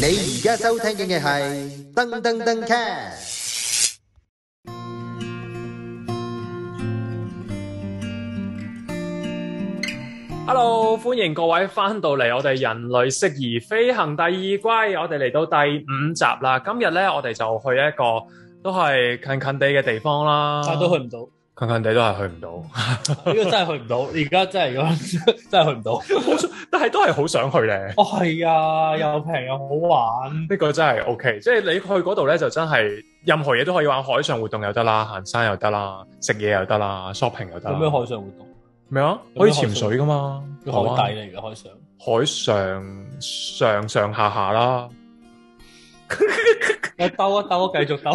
你而家收聽嘅係噔噔噔 cast。 Hello，歡迎各位翻到嚟我哋人類適宜飛行第二季，我哋嚟到第五集啦。今日咧，我哋就去一個都係近近地嘅地方啦。啊但係都去唔到，近近地都係去唔到， 呢個真係去唔到。而家真係咁， 真係去唔到。但係都係好想去咧。哦，係啊，又平又好玩。呢個真係 OK，即係你去嗰度咧就真係任何嘢都可以玩，海上活動又得啦，行山又得啦，食嘢又得啦，shopping 又得有啦。咩海上活動？咩啊？有可以咩海潛水噶嘛？要海底嚟嘅海上。海上上上下下啦。我兜一兜，繼續兜。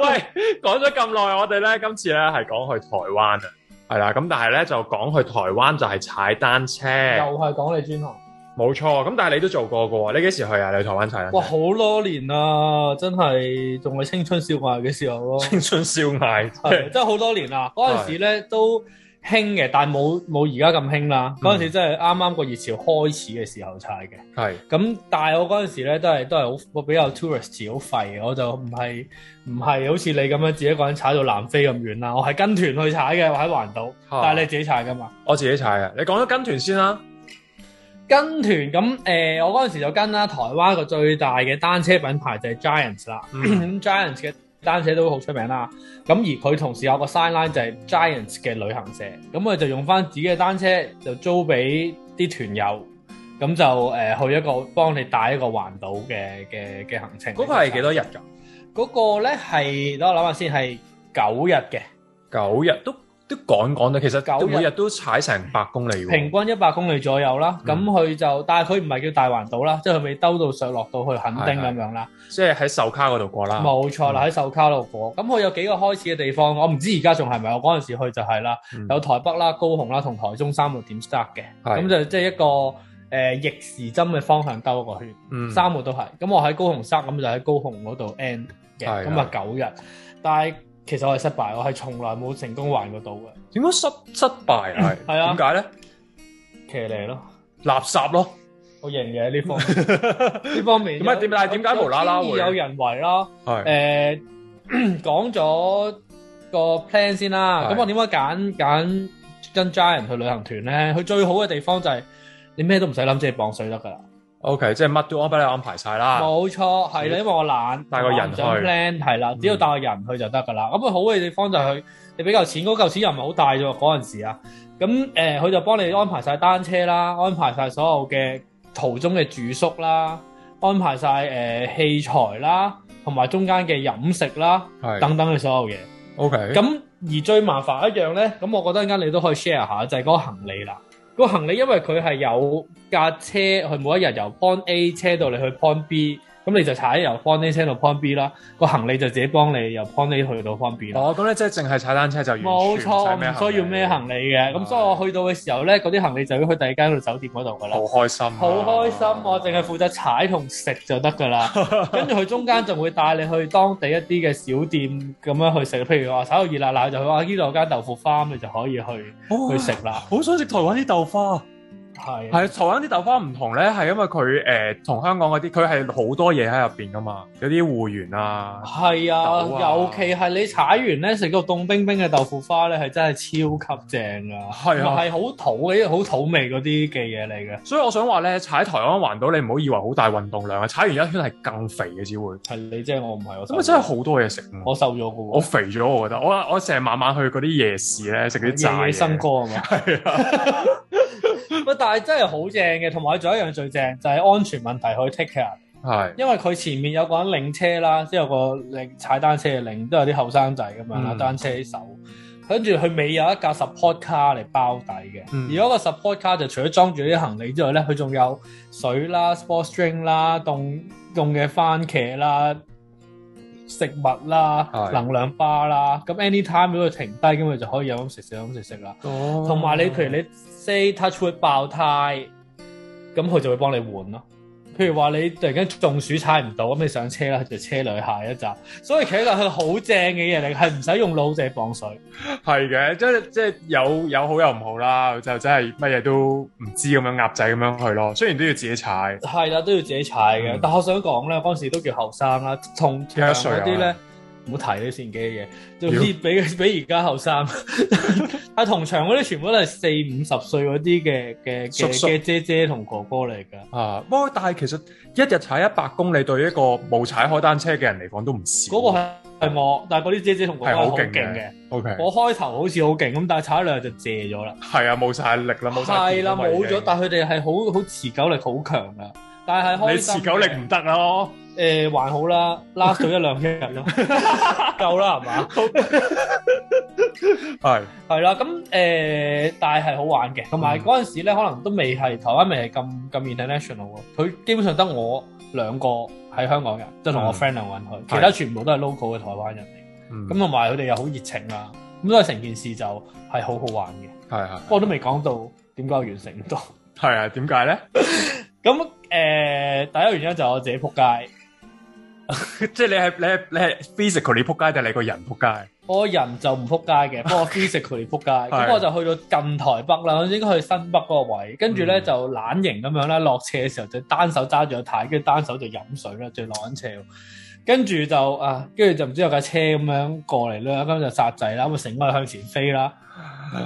喂，講咗咁耐，我哋咧今次咧係講去台灣啊，係啦，咁但係咧就講去台灣就係踩單車，又係講你專項。冇錯。咁但係你都做過嘅喎，你幾時去啊？你去台灣踩單車哇，？好多年啦，真係仲係青春少艾嘅時候咯。青春少艾，係，真係好多年啦。嗰陣時咧都興嘅，但係冇冇而家咁興啦。嗰陣時真係啱啱個熱潮開始嘅時候踩嘅。係咁但係我嗰陣時咧都係都係好我比較 tourist 好廢嘅，我就唔係唔係好似你咁樣自己一個人踩到南非咁遠啦，我係跟團去踩嘅，我喺環島，但係你自己踩噶嘛？我自己踩啊。你講咗跟團先啦，跟團咁誒、呃我嗰陣時就跟啦台灣個最大嘅單車品牌就係 Giants 啦，咁、Giants 嘅單車都好出名啦。咁而佢同時有個 sideline 就係 Giants 嘅旅行社，咁佢就用翻自己嘅單車就租俾啲團友。咁就誒、呃去一個幫你帶一個環島嘅嘅嘅行程。嗰個係幾多日㗎？嗰個咧係，等我諗下先，係九日嘅，九日都都趕趕到，其實九日每日都踩成百公里平喎。均一百公里左右啦。咁嗯佢、就，但係佢唔係叫大環島啦，即係佢未兜到上落到去墾丁咁樣啦。即係喺壽卡嗰度過啦。冇錯啦，喺壽卡路過。咁佢有幾個開始嘅地方，我唔知而家仲係咪。我嗰陣時去就係啦，嗯有台北啦、高雄啦同台中三個點 start 嘅。係咁就即係一個誒、呃逆時針嘅方向兜一個圈。嗯三個都係。咁我喺高雄塞，咁就喺高雄嗰度 end 嘅，係咁啊九日。但係其實我係失敗，我係從來冇成功環過島嘅，點解失失敗啊？係啊點解咧？騎呢咯。垃圾咯。我型嘅呢方 面，呢方面咁啊點但係點解無啦啦會有有人為啦？係誒呃 講咗個 plan 先啦。係咁我點解揀揀跟 Giant 去旅行團咧？佢最好嘅地方就係你咩都唔使諗，自己磅水得㗎啦。 OK，即係乜都安排你安排晒啦。冇錯，係啦，因為我懶，啊嗯帶個人我唔想去嗯 plan 係啦，只要帶個人去就得㗎啦。咁佢好嘅地方就係佢你俾嚿錢，嗰嚿錢又唔係好大啫喎。嗰陣時啊，咁誒佢就幫你安排晒單車啦，安排晒所有嘅途中嘅住宿啦，安排晒誒、呃器材啦，同埋中間嘅飲食啦，係等等嘅所有嘢。 OK，咁而最麻煩一樣咧，咁我覺得一間你都可以 share 下，就係、嗰個行李啦。個行李因為佢係有架車，佢每一日由 point A 車到你去 point B，咁你就踩由 point A 車到 point B 啦。個行李就自己幫你由 point A 去到 point B 啦。哦，咁咧即係淨係踩單車就哦完全冇唔使錯，我咩唔需要咩行李嘅，咁係所以我去到嘅時候咧，嗰啲行李就要去第二間酒店嗰度噶李啦好。開心啊，好開心，我淨係負責踩同食就得 㗎啦。跟住佢中間就會帶你去當地一啲嘅小店咁樣去食，譬如話炒到熱辣辣就去話呢度有間豆腐花，咁你就可以去哦去食啦。好想食台灣啲豆花。係係台灣啲豆花唔同咧，係因為佢誒同香港嗰啲，佢係好多嘢喺入邊噶嘛，有啲芋圓啊，係啊，豆啊尤其係你踩完咧食個凍冰冰嘅豆腐花咧，係真係超級正㗎。係啊係好土嘅，好土味嗰啲嘅嘢嚟嘅。所以我想話咧，踩台灣環島你唔好以為好大運動量啊，踩完一圈係更肥嘅只會，係你即係我唔係我瘦咁啊真係咗，好多嘢食喎。我瘦咗㗎喎我。肥咗，我覺得我我成日晚晚去嗰啲夜市咧食嗰啲炸嘢夜夜 笙歌係嘛？係啊， 喂，但係真係好正嘅，同埋仲有一樣最正就係、安全問題可以 take care，係因為佢前面有個人領車啦，即係有個領踩單車嘅領，都有啲後生仔咁樣啦，嗯單車手。跟住佢尾有一架 support car 嚟包底嘅，嗯而嗰個 support car 就除咗裝住啲行李之外咧，佢仲有水啦、sports drink 啦、凍凍嘅番茄啦、食物啦係、能量巴啦，咁 anytime 都佢停低，咁佢就可以有咁食食有咁食食啦。同哦埋你譬如你 say touch wood 爆胎，咁佢就會幫你換咯。譬譬如話你突然間中暑踩唔到，咁你上車啦，就車女下一站。所以其實係好正嘅嘢嚟，係唔使用腦淨係磅水。係嘅，即係即係有有好有唔好啦，就真係乜嘢都唔知咁樣鴨仔咁樣去咯。雖然都要自己踩，係啦，都要自己踩嘅。嗯但我想講咧，嗰陣時都叫後生啦，同幾多歲啊嗰啲咧，唔好提呢啲前幾嘅嘢，就屌比比比而家後生。 但同場嗰啲全部都係四五十歲嗰啲嘅嘅叔嘅叔嘅姐姐同哥哥嚟㗎。啊，不過但係其實一日踩一百公里對一個冇踩開單車嘅人嚟講都唔少。嗰個係係我，但係嗰啲姐姐同哥哥係係好好勁勁嘅嘅。 O K，我開頭好似好勁咁，但係踩一兩日就謝咗啦。係啊，冇晒力啦，冇晒係啦，電啦冇已經咗，但係佢哋係好好持久力好強噶。但係開你心持久力唔得咯。誒、還好啦，last 到一兩 日咯，夠啦係嘛？係係啦，咁誒、但係係好玩嘅，同埋嗯嗰陣時咧，可能都未係台灣未係咁咁 international 喎。佢基本上得我兩個係香港人，即係同我嗯 friend 兩個人去，係其他全部都係 local 嘅台灣人嚟。嗯咁同埋佢哋又好熱情啦，咁所以成件事就係好好玩嘅。係係不過都未講到點解我完成唔到。係啊，點解咧？咁誒、第一個原因就係我自己撲街， 即係你係你係你係 physically 撲街定係你個人撲街？我人就唔撲 街嘅，不過 physically 撲街。咁我就去到近台北啦，應該去新北嗰個位，跟住咧嗯就懶型咁樣啦。落斜嘅時候就單手揸住個軚，跟住單手就飲水啦，最落緊斜喎。跟住就啊，跟住就唔知有架車咁樣過嚟啦，咁就殺掣啦，咁啊成個人向前飛啦。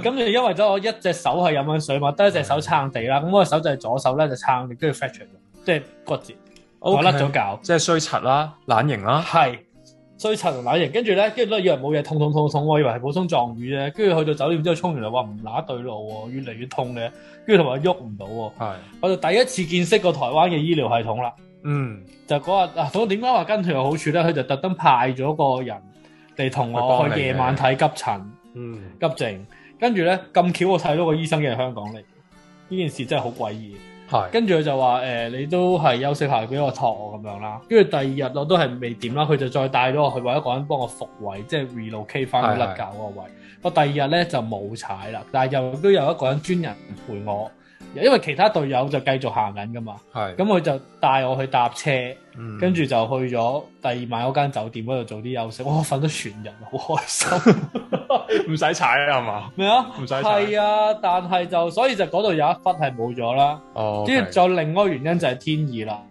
咁就因為咗我一隻手係飲緊水嘛，得一隻手撐地啦，咁我手就係左手咧就撐地，跟住 fracture 咗，即係骨折，我甩咗 OK，臼。即係衰柒啦，懶型啦。係衰柒同乸型，跟住咧，跟住都以為冇嘢痛痛痛痛，我以為係普通撞瘀啫，跟住去到酒店之後沖完嚟話唔乸對路喎，越嚟越痛嘅，跟住同埋喐唔到喎，係，我就第一次見識過台灣嘅醫療系統啦。嗯，就嗰日啊，咁點解話跟團有好處咧？佢就特登派咗個人嚟同我去幫你去嘅夜晚睇急診嗯，急症，跟住咧咁巧我睇到個醫生嘅係香港嚟，呢件事真係好詭異。係，跟住佢就話誒、你都係休息下，俾我托我咁樣啦。跟住第二日我都係未點啦，佢就再帶咗我去揾一個人幫我復位，即係 relocate 翻係甩臼嗰個位。我第二日咧就冇踩啦，但係又都有一個人專人陪我，因為其他隊友就繼續行緊噶嘛。係，咁佢就帶我去搭車，嗯跟住就去咗第二晚嗰間酒店嗰度早啲休息。哇！瞓咗全日，好開 心唔使踩啦，係嘛？咩啊？唔使踩。係啊，但係就所以就嗰度有一忽係冇咗啦。哦，跟住 OK 仲有另外一個原因就係天意啦，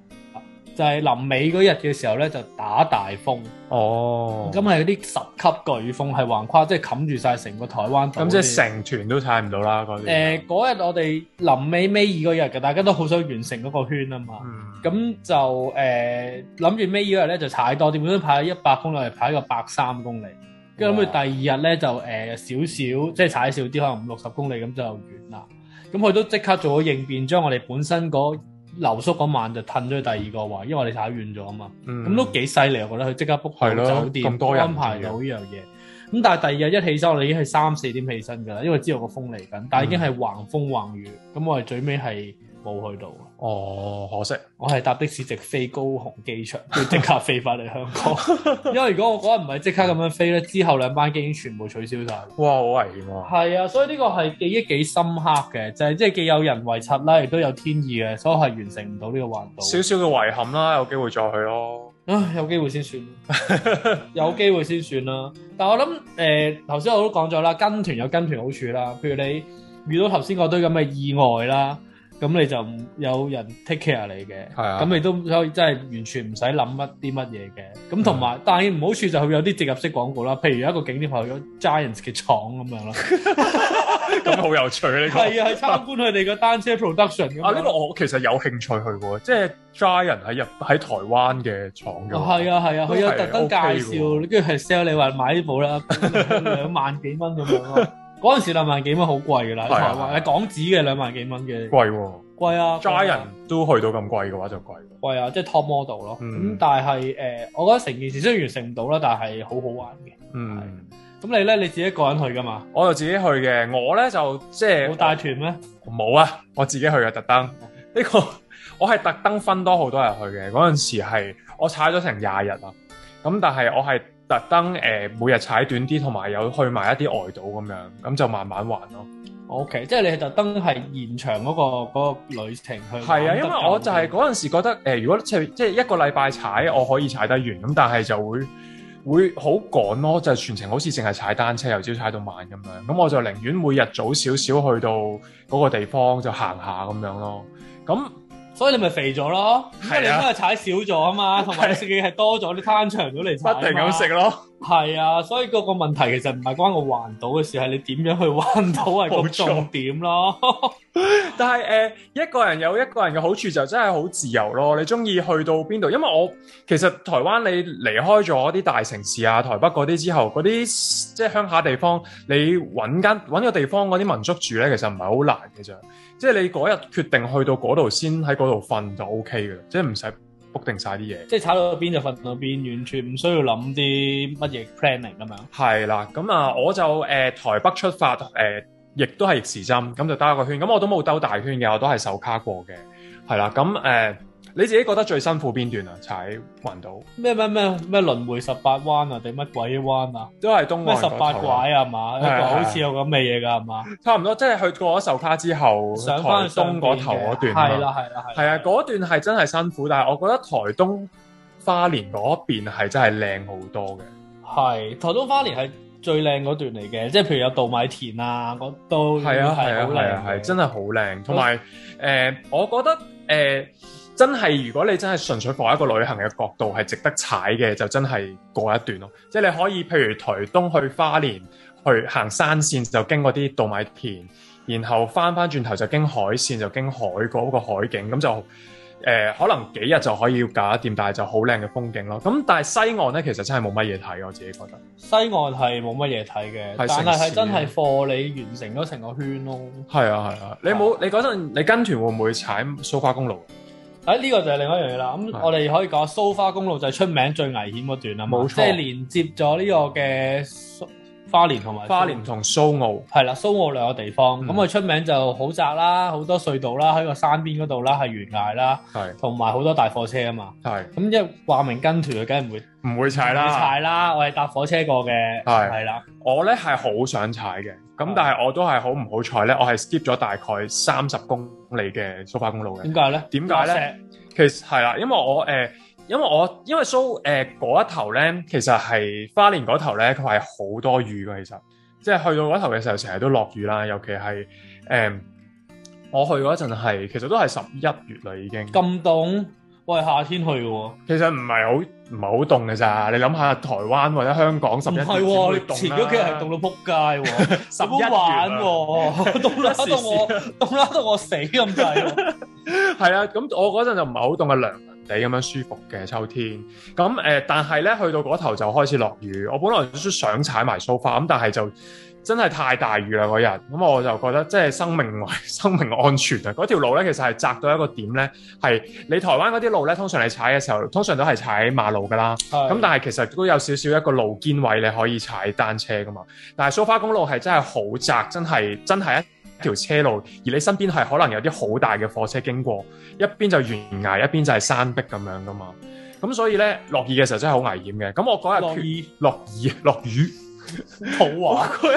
就係、臨尾嗰日嘅時候咧就打大風，哦，咁係嗰啲十級颶風係橫跨，即係冚住晒成個台灣島嗰啲。咁即係成團都踩唔到啦，嗰誒啲。嗰日我哋臨尾尾二嗰日嘅，大家都好想完成嗰個圈啊嘛。嗯，咁就誒諗住尾二嗰日咧就踩多啲，本身跑一百公里，跑個百三公里。跟住諗哇住第二日咧就誒、呃少少，即係踩少啲，可能五六十公里咁就完啦。咁佢都即刻做咗應變，將我哋本身嗰留宿嗰晚就褪咗去第二個位，因為我哋踩遠咗啊嘛。咁、咁都幾犀利，我覺得佢即刻 book 嗯係咯到酒店，咁多人安排到呢樣嘢。咁但係第二日一起身，我哋已經係三四點起身㗎啦，因為知道個風嚟緊，但係已嗯經係橫風橫雨。咁我哋最尾係冇去到。哦，可惜。我係搭的士直飛高雄機場， 要即刻飛翻嚟香港。 因為如果我嗰日唔係即刻咁樣飛咧，之後兩班機已經全部取消晒。哇，好危險喎！係啊，所以呢個係記憶幾深刻嘅，就係即係既有人為柒啦，亦都有天意嘅，所以我係完成唔到呢個環少島。少嘅遺憾啦，有機會再去 咯。唉，有機會先算， 有機會先算啦。但我諗誒，頭、先我都講咗啦，跟團有跟團好處啦，譬如你遇到頭先嗰堆咁嘅意外啦，咁你就唔有人 take care 你嘅。係啊，咁你都可以真係完全唔使諗乜啲乜嘢嘅，嗯咁同埋，但係唔好處就係會有啲植入式廣告啦，譬如有一個景點係有 Giants 嘅廠咁樣 啦，咁好有趣呢個。係啊，係參觀佢哋個單車 production 咁樣啊！呢個我其實有興趣去喎，即係 Giant 喺日喺台灣嘅廠嘅喎。係啊係啊，佢都有係特登介 OK 嘅紹，跟住係 sell 你話買呢 部啦，兩萬幾蚊咁樣咯。嗰陣時兩萬幾蚊好貴㗎啦，喺係啊台係灣啊係港紙嘅兩萬幾蚊嘅，貴喎貴啊貴啊，Giant 都去到咁貴嘅話就貴喎。貴啊，即係 top model 咯。嗯咁但係誒，我覺得成件事雖然完成唔到啦，但係好好玩嘅。嗯，咁你咧你自己一個人去㗎嘛？我就自己去嘅，我咧就即係冇帶團咩？冇啊，我自己去嘅特登。呢個我係特登分多好多人去嘅，嗰陣時係我踩咗成廿日啊。咁但係我係特登誒每日踩短啲，同埋有去埋一啲外島咁樣，咁就慢慢玩咯。 O、k 即係你係特登係現場嗰、個嗰個旅程去玩得係咁。啊，因為我就係嗰陣時覺得，誒、如果即係即係一個禮拜踩，我可以踩得完，咁但係就會會好趕咯，就係全程好似淨係踩單車，由朝踩到晚咁樣。咁我就寧願每日早少少去到嗰個地方就行下咁樣咯。咁所以你咪肥咗咯，因為你係啊都係踩少咗啊嘛，同埋你食嘢係多咗，你攤長咗嚟踩啊不停咁食食。咯，係啊，所以嗰個問題其實唔係關個環島嘅事，係你點樣去環島係個冇錯重點咯。 但係誒、一個人有一個人嘅好處就真係好自由咯。你中意去到邊度？因為我其實台灣你離開咗啲大城市啊、台北嗰啲之後，嗰啲即係鄉下地方，你揾間揾個地方嗰啲民宿住咧，其實唔係好難嘅啫。即係你嗰日決定去到嗰度先喺嗰度瞓就 O K 嘅啦，即係唔使 book 定晒啲嘢。即係踩到邊就瞓到邊，完全唔需要諗啲乜嘢 planning 咁樣。係啦，咁啊，我就誒、呃台北出發誒、呃亦都係逆時針，咁就兜一個圈。咁我都冇兜大圈嘅，我都係手卡過嘅。係啦，咁誒、呃你自己覺得最辛苦邊段啊？踩環島咩咩咩咩輪迴十八彎啊，定乜鬼彎啊？都係東咩岸十嗰八頭拐啊係嘛？一係個係好似有咁嘅嘢㗎係嘛？差唔多，即係去過咗手卡之後，台上翻東嗰頭嗰段啊係啦係啦係。係啊，嗰段係真係辛苦，但係我覺得台東花蓮嗰邊係真係靚好多嘅。係台東花蓮係最靚嗰段嚟嘅，即係譬如有稻米田啊，嗰都係啊係係啊好係啊係，靚嘅。真係好靚。同埋誒，我覺得誒、呃真係如果你真係純粹放一個旅行嘅角度係值得踩嘅，就真係過一段咯。即係你可以譬如台東去花蓮，去行山線就經過啲稻米田，然後翻翻轉頭就經海線，就經海嗰個海景，咁就誒、呃可能幾日就可以搞得掂，但係就好靚嘅風景咯。咁但係西岸咧，其實真係冇乜嘢睇，我自己覺得。西岸係冇乜嘢睇嘅，係但城市啊係係真係貨你完成咗成個圈咯。係啊係啊，你冇你嗰陣你跟團會唔會踩蘇花公路啊？誒哎呢個就係另外一樣嘢啦。咁係我哋可以講蘇花公路就係出名最危險嗰段啦啊嘛，冇錯即係連接咗呢個嘅蘇花蓮啊同埋蘇花蓮同蘇澳係啦，蘇澳兩個地方，嗯咁佢、出名就好窄啦，好多隧道啦，喺個山邊嗰度啦，係懸崖啦，係同埋好多大貨車啊嘛。係咁一話明跟團，佢梗係唔會唔會踩唔會啦。踩啦。我係搭火車過嘅，係係啦，我咧係好想踩嘅，咁係但係我都係好唔好彩咧，我係 skip 咗大概三十公里嘅蘇花公路點嘅。解咧？點解咧？咧？其實係啦，因為我誒、呃因為我因為蘇誒嗰一頭咧，其實係花蓮嗰頭咧，佢係好多雨嘅。其實即係去到嗰頭嘅時候，成日都落雨啦，尤其係誒、呃我去嗰陣係其實都係十一月啦已經。咁凍，我係夏天去喎，其實唔係好唔係好凍嘅咋，你諗下台灣或者香港十一唔月係先喎，會你凍前啦嗰幾日係凍到撲街喎， 十啊好玩喎，凍啦一時到我，凍啦到我死咁滯喎。係啊，咁我嗰陣就唔係好凍嘅，涼涼地咁樣舒服嘅秋天。咁誒、呃但係咧去到嗰頭就開始落雨。我本來都想踩埋蘇花，咁但係就真係太大雨啦嗰日。咁我就覺得即係生命 危生命安全啊！嗰條路咧其實係窄到一個點咧，係你台灣嗰啲路咧，通常你踩嘅時候，通常都係踩馬路㗎啦。咁咁但係其實都有少少一個路肩位你可以踩單車噶嘛。但係蘇花公路係真係好窄，真係真係一條車路，而你身邊係可能有啲好大嘅貨車經過，一邊就懸崖，一邊就係山壁咁樣噶嘛。咁所以咧落雨嘅時候真係好危險嘅。咁我嗰日落決雨落雨落雨， 好我玩。嗰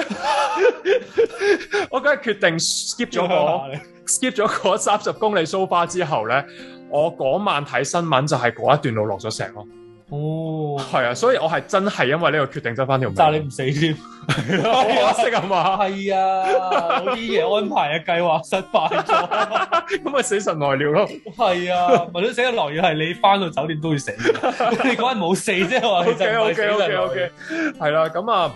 日 我嗰日決定 skip 咗我。skip 咗嗰三十公里蘇花之後咧，我嗰晚睇新聞就係嗰一段路落咗石咯。 哦，係啊，所以我係真係因為呢個決定執翻條但係你命，唔死添。 好可惜啊嘛，係啊，我啲嘢安排嘅計劃失 敗咗。咁咪死神來了 咯。係啊，咪都死嘅來源係你翻到酒店都要死嘅。 你嗰日冇死啫，我話你 O 就 K 唔 O 哎係死 K 嘅 O 來 K 源 O K，係啦，咁啊，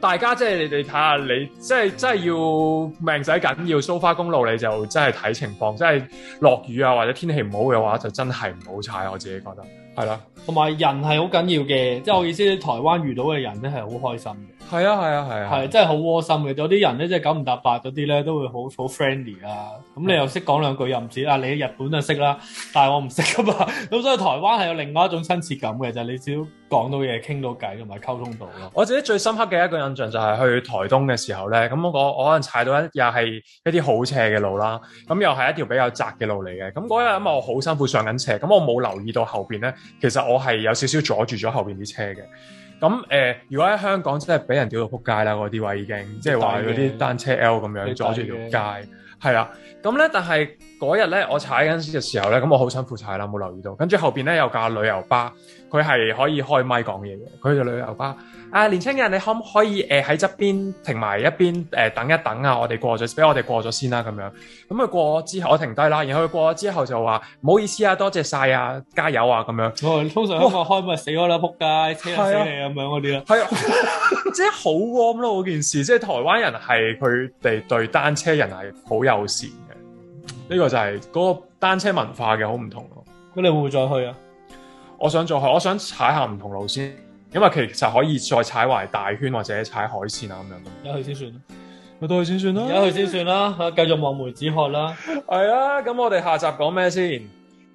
大家即係你哋睇下，你即係真係要命仔緊要，蘇花公路你就真係睇情況，即係落雨啊或者天氣唔好嘅話，就真係唔好踩，我自己覺得係啦，同埋人係好緊要嘅，即係我意思，台灣遇到嘅人咧係好開心嘅，係啊係啊係啊，係真係好窩心嘅。有啲人咧即係九唔搭八嗰啲咧都會好好 friendly 啊。咁你又識講兩句又唔止啊，你喺日本就識啦，但係我唔識噶嘛。 咁所以台灣係有另外一種親切感嘅，就係你至少講到嘢、傾到偈同埋溝通到咯。我自己最深刻嘅一個印象就係去台東嘅時候咧，咁我我可能踩到一又係一啲好斜嘅路啦，咁又係一條比較窄嘅路嚟嘅。咁嗰日因為我好辛苦上緊斜，咁我冇留意到後邊咧，其實我係有少少阻住咗後邊啲車嘅。咁誒、呃如果喺香港真係俾人屌到撲街啦，嗰啲位已經即係話嗰啲單車 L 咁你樣抵阻嘅住條街，係啦。咁咧，但係嗰日咧，我踩緊嘅時候咧，咁我好辛苦踩啦，冇留意到。跟住後邊咧有架旅遊巴，佢係可以開咪講嘢嘅，佢就旅遊巴。啊，年青人，你可唔可以誒喺側邊停埋一邊誒、呃等一等啊？我哋過咗，俾我哋過咗先啦咁樣。咁佢過咗之後，我停低啦，然後佢過咗之後就話唔好意思啊，多謝晒啊，加油啊咁樣。我通常香港開咪死咗啦，仆街，車又死你咁樣嗰啲啦。係啊， 即係好 warm 咯嗰件事，即係台灣人係佢哋對單車人係好友善嘅，呢、個就係嗰個單車文化嘅好唔同咯。咁你會唔會再去啊？我想再去，我想踩下唔同路線，因為其實可以再踩埋大圈或者踩海線啊咁樣。而家去先算啦，咪到去先算而家去先算啦，啊繼續望梅止渴啦。係啊，咁我哋下集講咩先？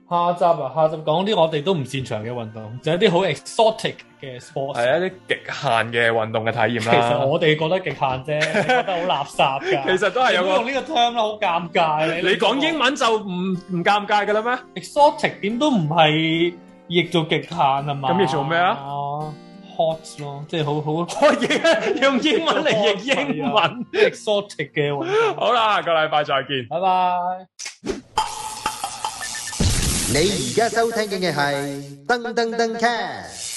下集啊，下集講啲我哋都唔擅長嘅運動，就係啲好 exotic 嘅 sports。係啊一啲極限嘅運動嘅體驗其實啦。我哋覺得極限啫，你覺得好垃圾 㗎。其實都係有你唔好個用呢個 term 啦，好尷尬。啊你講英文就唔唔尷尬㗎啦咩？ exotic 點都唔係譯做極限啊嘛。咁譯做咩啊？hot 咯，即係好好我譯用英文嚟譯英文。 exotic 嘅運動。好啦，下個禮拜再見。拜拜。你而家收聽嘅係噔噔噔 cast。